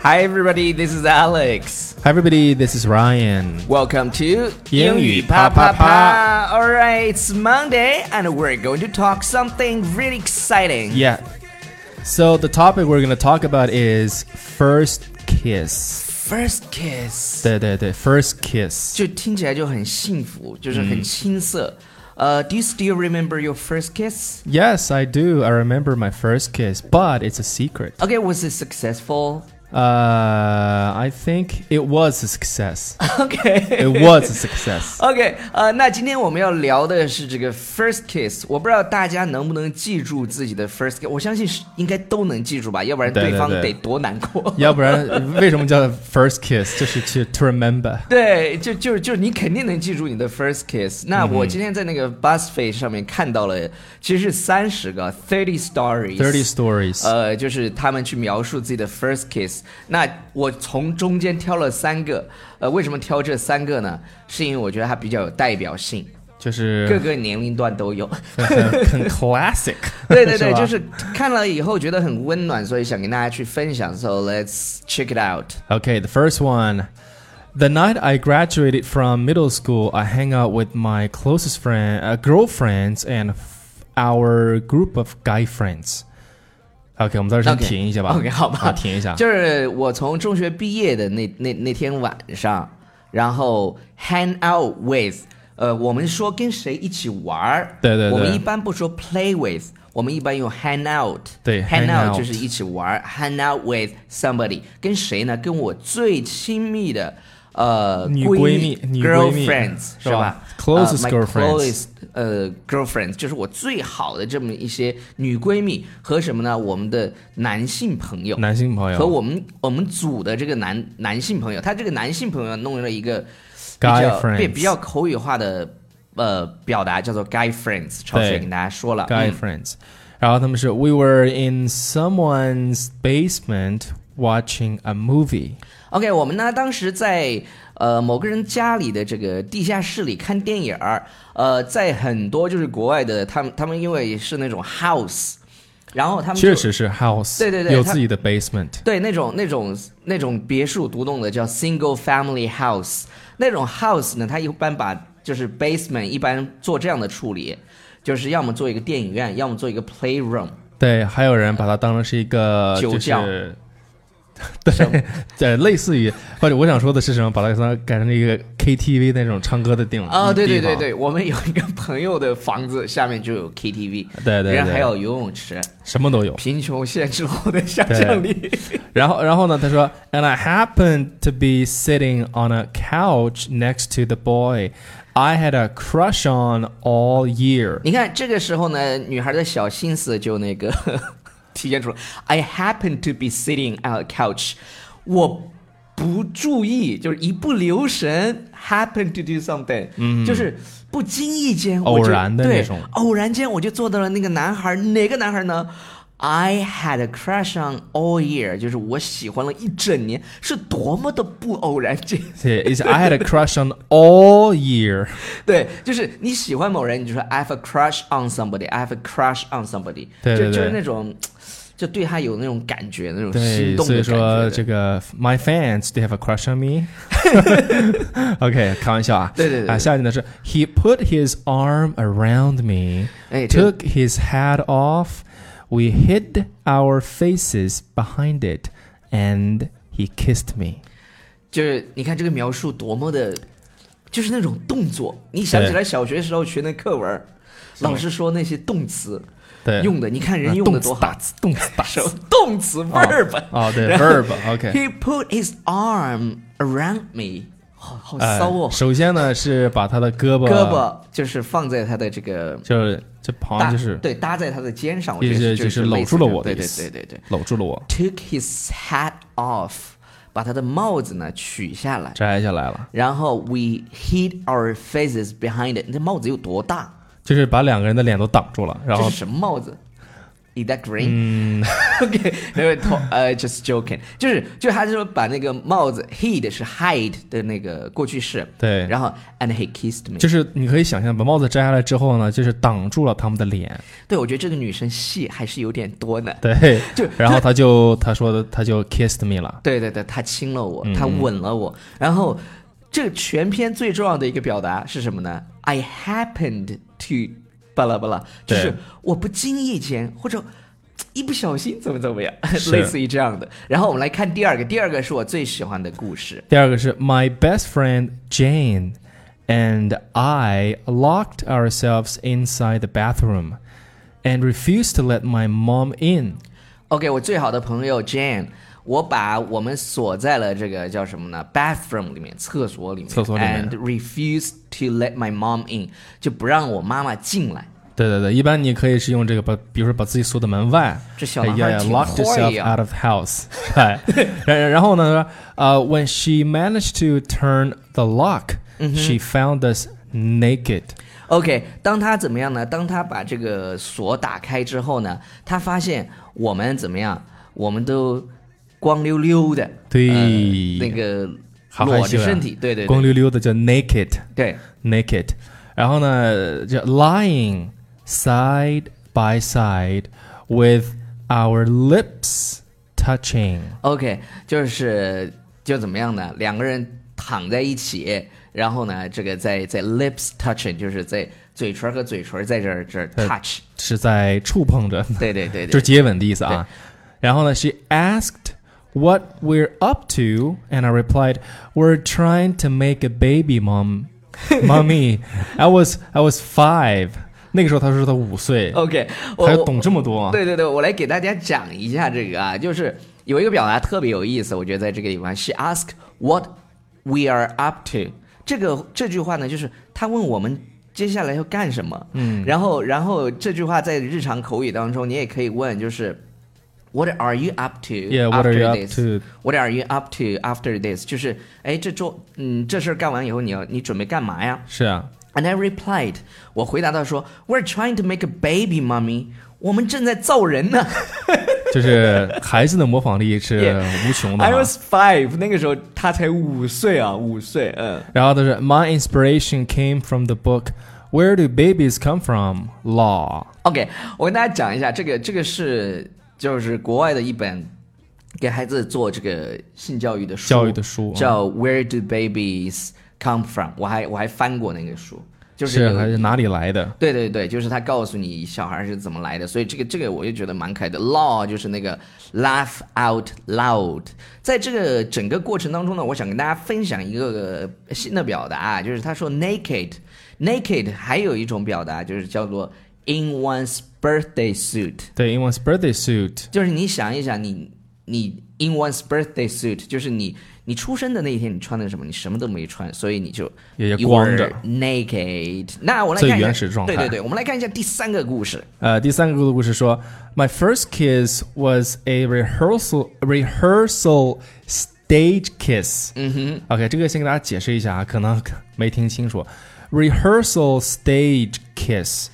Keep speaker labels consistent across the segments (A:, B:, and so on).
A: Hi everybody, this is Alex.
B: Hi, everybody. This is Ryan.
A: Welcome to
B: 英语啪啪啪
A: All right, it's Monday, and we're going to talk something really exciting.
B: Yeah. So the topic we're gonna talk about is first kiss.
A: First kiss，
B: 对对对，first kiss.
A: 就听起来就很幸福，就是很青
B: Mm.
A: 涩。呃、d o you still remember your first kiss?
B: Yes, I do. I remember my first kiss, but it's a secret.
A: Okay, was it successful?
B: Uh, I think it was a success.
A: Okay.
B: It was a success.
A: OK，呃，那今天我们要聊的是这个 first kiss。我不知道大家能不能记住自己的 first kiss，我相信是应该都能记住吧，要不然
B: 对对
A: 对方得
B: 对
A: 多难过。
B: 要不然为什么叫 first kiss？就是去 to remember。
A: 对，就就就你肯定能记住你的 first kiss。那我今天在那个
B: 嗯
A: Buzzfeed 上面看到了，其实是三十个 thirty stories。
B: Thirty stories.
A: 呃，就是他们去描述自己的 first kiss。那我从中间挑了三个，呃，为什么挑这三个呢？是因为我觉得它比较有代表性，
B: 就是
A: 各个年龄段 都有。。
B: 很很很 classic
A: 对对对，
B: 吧
A: 就是看了以后觉得很温暖，所以想跟大家去分享。So let's check it out。
B: Okay, the first one. The night I graduated from middle school, I hang out with my closest friend, uh, girlfriends, and f- our group of guy friends. OK，我们在这儿
A: OK，
B: 先停一下吧。
A: OK，好吧，
B: 啊停一下。
A: 就是我从中学毕业的那那那天晚上，然后 hang out with，呃，我们说跟谁一起玩儿，
B: 对对对
A: 我们一般不说 play with，我们一般用 hang out，
B: 对
A: ，hang
B: ，hang out
A: 就是一起玩儿，hang out with somebody，跟谁呢？跟我最亲密的。呃，
B: 女
A: 闺
B: 闺蜜女闺蜜
A: girlfririends
B: 是
A: 是
B: 吧
A: 吧
B: Closest
A: 呃 my
B: girlfriends
A: closest 呃 girlfriend，就是我最好的这么一些女闺蜜和什么呢？我们的男性朋友，
B: 男性朋友
A: 和我们我们组的这个男男性朋友，他这个男性朋友弄了一个比
B: Guy
A: 较
B: friends
A: 对比较口语化的呃表达，叫做 guy friends。超
B: 对
A: 雪跟大家说了
B: guy
A: 嗯
B: friends，、然后他们是 We were in someone's basement watching a movie。
A: OK，我们呢当时在呃某个人家里的这个地下室里看电影儿，呃，在很多就是国外的他们他们因为是那种 house，然后他们就
B: 确实是 house，
A: 对对对
B: 有
A: 他
B: 自己的 basement。
A: 对，那种那种那种别墅独栋的叫 single family house，那种 house 呢，它一般把就是 basement 一般做这样的处理，就是要么做一个电影院，要么做一个 playroom。
B: 对，还有人把它当成是一个
A: 酒
B: 就
A: 窖
B: 是， 对 对，类似于或者我想说的是什么，把它当改成一个 KTV 那种唱歌的地方
A: 啊、对对对，
B: 地
A: 对，我们有一个朋友的房子下面就有 KTV，
B: 方对对
A: 人
B: 对，
A: 还有游泳池，
B: 什么都有。
A: 贫穷限制了我的想
B: 对
A: 象力。
B: 然后然后呢，他说，And I happened to be sitting on a couch next to the boy I had a crush on all year。
A: 你看这个时候呢，女孩的小心思就那个 体现出来。I happen to be sitting on a couch，我不注意，就是一不留神，happen to do something，、就是不经意间，我就
B: 嗯偶然的
A: 对
B: 那种
A: 偶然间我就坐到了那个男孩，哪个男孩呢？I had a crush on all year，就是我喜欢了一整年，是多么的不偶然间。
B: 对，is I had a crush on all year。
A: 对，就是你喜欢某人，你就说 I have a crush on somebody，I have a crush on somebody，
B: 对对
A: 就就是
B: 对
A: 那种，就对他有那种感觉，那种心
B: 对，
A: 动
B: 所
A: 的感
B: 以
A: 觉
B: 说
A: 的。
B: 这个 my fans they have a crush on me 。OK，开玩笑啊。
A: 对对对对
B: 啊，下一句呢是 He put his arm around me,
A: 哎这个
B: took his hat off, we hid our faces behind it, and he kissed me。
A: 就是你看这个描述多么的，就是那种动作，你想起来小学时候学那课文儿，老师说那些动词
B: 对，
A: 用的，你看人
B: 啊
A: 用的多好
B: 动，词动词打字
A: 手动词 verb。
B: 哦，对
A: 然后
B: ，verb，OK。
A: He put his arm around me，好好
B: 呃
A: 骚哦，
B: 首先呢是把他的胳膊，
A: 胳膊就是放在他的这个
B: 就是这旁
A: 搭
B: 边啊就是
A: 对搭在他的肩上，我
B: 就
A: 觉得
B: 是
A: 就
B: 就是
A: 类
B: 搂
A: 似
B: 住了
A: 这样
B: 我的
A: 对
B: 意
A: 对
B: 思
A: 对对对
B: 搂住了我，
A: ，took his hat off，把他的帽子呢取下来，
B: 摘下来了。
A: 然后 we hid our faces behind it，那帽子有多大？
B: 就是把两个人的脸都挡住了，然
A: 这
B: 后嗯
A: 是什么帽子？ Is that green? OK，那位同呃，just joking，就是就他就把那个帽子 hid 是 hide 的那个过去式，
B: 对
A: 然后 and he kissed me，
B: 就是你可以想象，把帽子摘下来之后呢，就是挡住了他们的脸，
A: 对我觉得这个女生戏还是有点多呢。
B: 对，
A: 就
B: 然后他就他说的他就 kissed me 了，
A: 对对对，他亲了我，
B: 嗯
A: 他吻了我，然后这全篇最重要的一个表达是什么呢？I happened to 巴拉巴拉，就
B: 对
A: 是我不经意间或者。一不小心怎么怎么样，
B: 是
A: 类似于这样的。然后我们来看第二个，第二个是我最喜欢的故事。
B: 第二个是 My best friend Jane and I locked ourselves inside the bathroom and refused to let my mom in。
A: OK，我最好的朋友 Jane，我把我们锁在了这个叫什么呢？bathroom 里面，厕所里面，
B: 厕所里面
A: ，and refuse to let my mom in，就不让我妈妈进来。
B: 对对对，一般你可以是用这个把，比如说把自己锁在门外，
A: 这小男孩
B: 哎呀呀
A: 挺
B: locked
A: 坏
B: yourself
A: 呀
B: out of house，哎， 然然后呢，呃、w h e n she managed to turn the lock，、she found us naked。
A: OK，当他怎么样呢？当他把这个锁打开之后呢，他发现我们怎么样？我们都光溜溜的，
B: 对
A: 呃那个
B: 好害
A: 裸
B: 羞
A: 着
B: 呀
A: 身体，对对
B: 光
A: 对
B: 溜溜的叫 naked。
A: 对
B: naked. 然后呢，叫 lying side by side with our lips touching.
A: ，OK，就是就怎么样呢？两个人躺在一起，然后呢，这个在在 lips touching，就是在嘴唇和嘴唇在这儿这儿
B: 呃
A: touch，
B: 是在触碰着，
A: 对对对对，
B: 就是接吻的意思啊。然后呢，she asked what we're up to, and I replied, "We're trying to make a baby, mom, mommy. I was I was five. 那个时候他说他五岁，
A: OK，我我
B: 他懂这么多啊？
A: 对对对，我来给大家讲一下这个啊，就是有一个表达特别有意思，我觉得在这个地方，she ask what we are up to，这个这句话呢，就是他问我们接下来要干什么，嗯，然后然后这句话在日常口语当中，你也可以问就是 what are you up to
B: Yeah, what are
A: after
B: you up
A: this？
B: to?
A: What are you up to after this？就是，哎，这周，嗯，这事儿干完以后，你要你准备干嘛呀？
B: 是啊。
A: And I replied，我回答到说，We're trying to make a baby, mommy。我们正在造人呢。
B: 就是孩子的模仿力是无穷的
A: I
B: 哈。
A: was five，那个时候他才五岁啊，五岁。嗯，
B: 然后他是 My inspiration came from the book Where Do Babies Come From Law。
A: OK，我跟大家讲一下，这个这个是就是国外的一本给孩子做这个性教育的书，
B: 教育的书啊
A: 叫《Where Do Babies Come From》，我还我还翻过那个书，就是
B: 是
A: 有
B: 还是哪里来的？
A: 对对对，就是他告诉你小孩是怎么来的，所以这个这个我就觉得蛮可爱的。Law 就是那个 laugh out loud，在这个整个过程当中呢，我想跟大家分享一个呃新的表达啊，就是他说 naked，naked 还有一种表达就是叫做 in one's birthday suit，
B: 对，in one's birthday suit。
A: 就是你想一想你你 in one's birthday suit，就是你你出生的那一天你穿的什么，你什么都没穿，所以你就
B: 也
A: you
B: 光着
A: were naked。那我来看一下
B: 最原始状态
A: 对对对，我们来看一下第三个故事。
B: 呃，第三个故事说，My first kiss was a rehearsal rehearsal stage kiss。嗯哼，OK，这个先给大家解释一下啊，可能没听清楚。Rehearsal stage kiss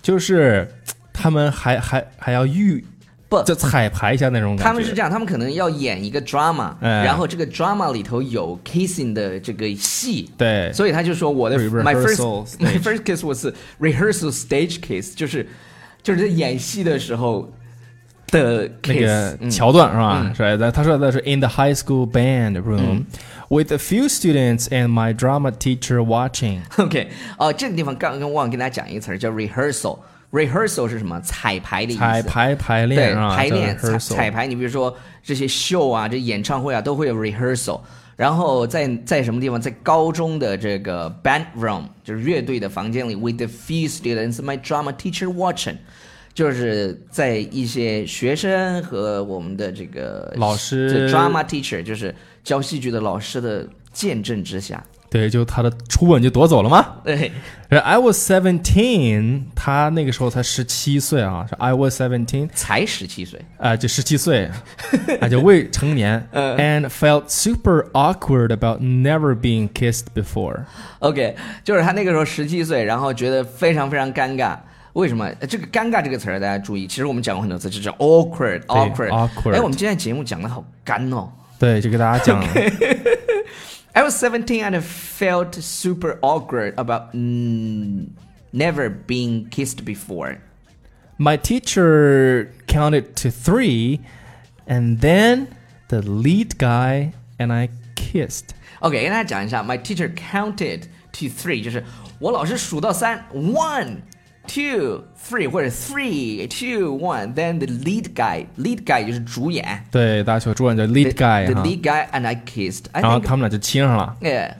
B: 就是他们还还还要预
A: 不
B: 就彩排一下那种感觉。
A: 他们是这样，他们可能要演一个 drama，、
B: 哎
A: 然后这个 drama 里头有 kissing 的这个戏，
B: 对
A: 所以他就说我的
B: Re-
A: my first
B: rehearsal
A: my
B: stage
A: first kiss was rehearsal stage kiss，就是就是在演戏的时候的 kiss，、
B: 那个
A: 嗯
B: 桥段是吧？是吧？他说的是 in the high school band room with a few students and my drama teacher watching。
A: OK，哦，这个地方刚刚忘了跟大家讲一个词儿叫 rehearsal。rehearsal 是什么？彩排的意思。
B: 彩排排
A: 对
B: 练啊，
A: 排练
B: 叫
A: 彩
B: rehearsal
A: 彩排。你比如说这些秀啊，这演唱会啊，都会有 rehearsal。然后在在什么地方？在高中的这个 band room，就是乐队的房间里，with the few students my drama teacher watching，就是在一些学生和我们的这个
B: 老师
A: 这 drama teacher，就是教戏剧的老师的见证之下，
B: 对，就他的初吻就夺走了吗
A: 对。
B: ？I was seventeen，他那个时候才十七岁啊，是 I was seventeen，
A: 才十七岁。
B: 啊，就十七岁，啊，就未成年
A: 嗯
B: ，and felt super awkward about never being kissed before。
A: OK，就是他那个时候十七岁，然后觉得非常非常尴尬。为什么呃这个“尴尬”这个词儿？大家注意，其实我们讲过很多次，这是 awkward awkward
B: awkward
A: 哎，我们今天节目讲的好干哦。
B: 对，就给大家 讲
A: I was 17 and I felt super awkward about mm, never being kissed before.
B: My teacher counted to three, and then the lead guy and I kissed.
A: OK，跟大家讲一下，My teacher counted to three，就是我老师数到三，one。Two, three，或者 three, two, one. Then the lead guy, lead guy 就是主演
B: 对，大家说中文叫
A: the-
B: lead guy Oh,
A: the lead guy and I kissed. I think,
B: 哈，然后他们俩就亲上了。
A: yeah.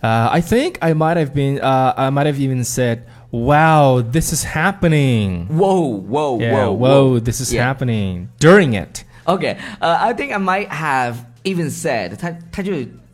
B: Uh, I think I might have been. Uh, I might have even said, "Wow, this is happening."
A: Whoa, whoa,
B: Yeah,
A: whoa,
B: whoa, this is
A: Yeah.
B: happening during it.
A: OK，呃、i think I might have even said，他他就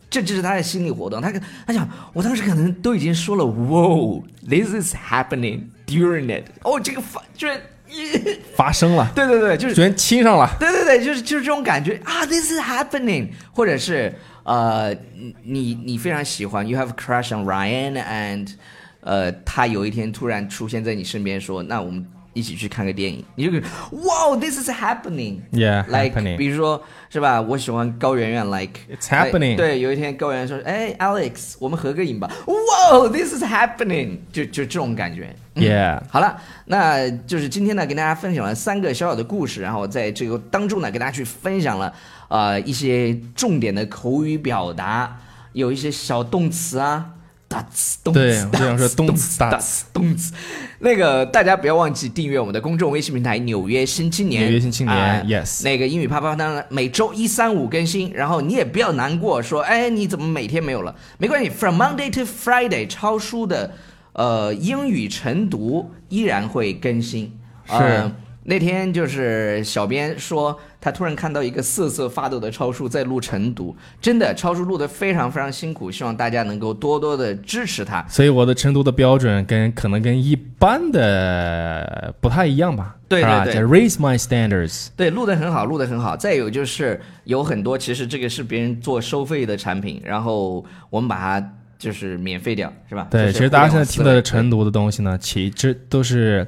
A: 这这是他的心理活动，他他想，我当时可能都已经说了，Wow，this is happening during it，哦，这个发居然，
B: 发生了，
A: 对对对，就是
B: 居然亲上了。
A: 对对对，就是就是这种感觉啊，this is happening，或者是呃，你你你非常喜欢，you have a crush on Ryan and，呃，他有一天突然出现在你身边说，那我们一起去看个电影，你就可以，wow this is happening。
B: Yeah,
A: like
B: happening.
A: 比如说是吧？我喜欢高圆圆，like
B: It's happening.
A: 哎对，有一天高圆圆说：“哎，Alex，我们合个影吧。” Wow, this is happening，就就这种感觉。嗯
B: Yeah.
A: 好了，那就是今天呢，跟大家分享了三个小小的故事，然后在这个当中呢，给大家去分享了呃一些重点的口语表达，有一些小动词啊。打词动词，
B: 对我就想说动词
A: 打
B: 打
A: 词动词。那个大家不要忘记订阅我们的公众微信平台《纽约新青年》。
B: 纽约新青年
A: 哎
B: yes
A: 那个英语啪啪啪，当然每周一、三、五更新。然后你也不要难过，说哎你怎么每天没有了？没关系，From Monday to Friday，超叔的呃英语晨读依然会更新。呃
B: 是
A: 那天就是小编说，他突然看到一个瑟瑟发抖的超叔在录晨读，真的，超叔录的非常非常辛苦，希望大家能够多多的支持他。
B: 所以我的成都的标准跟可能跟一般的不太一样吧，
A: 对对
B: 是吧
A: 对
B: 叫 raise my standards，
A: 对，录的很好，录的很好。再有就是有很多，其实这个是别人做收费的产品，然后我们把它就是免费掉，是吧？就
B: 对，
A: 是
B: 其实大家现在听
A: 互
B: 到的
A: 联网
B: 晨读的东西呢，其实都是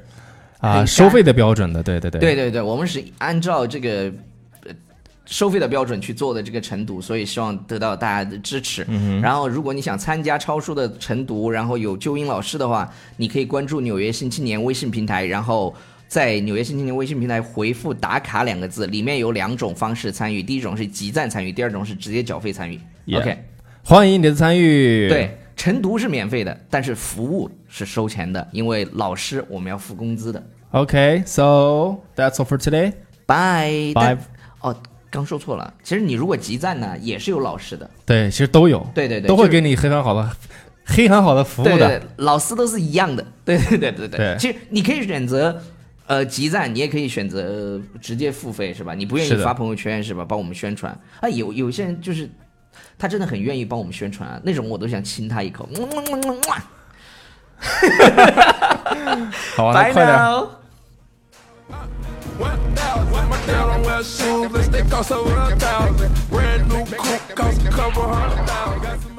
B: 啊、
A: 很干
B: 收费的标准的，对对对，
A: 思维，对对对，我们是按照这个呃收费的标准去做的这个晨读，所以希望得到大家的支持。然后，如果你想参加超叔的晨读，然后有纠音老师的话，你可以关注《纽约新青年》微信平台，然后。在纽约新青年微信平台回复“打卡”两个字，里面有两种方式参与，第一种是集赞参与，第二种是直接缴费参与。
B: Yeah
A: OK，
B: 欢迎你的参与，
A: 对，晨读是免费的，但是服务是收钱的，因为老师我们要付工资的。
B: ，OK，so、that's all for today，
A: 拜
B: 拜
A: 但。哦，刚说错了，其实你如果集赞呢，也是有老师的。
B: 对，其实都有，
A: 对对对
B: 都
A: 就
B: 会
A: 是
B: 给你非常好的、非常好的服务
A: 对
B: 的，
A: 对对，老师都是一样的。对对对对对。
B: 对
A: 其实你可以选择。呃，集赞你也可以选择呃直接付费是吧？你不愿意
B: 是的
A: 发朋友圈是吧？帮我们宣传啊，有有些人就是他真的很愿意帮我们宣传啊，那种我都想亲他一口。么么么么么
B: 好啊，
A: 拜
B: 那快点。
A: now。
C: One thousand, my girl don't wear shoes, they cost a one thousand. Brand new coupe cost a couple hundred thousand. Got some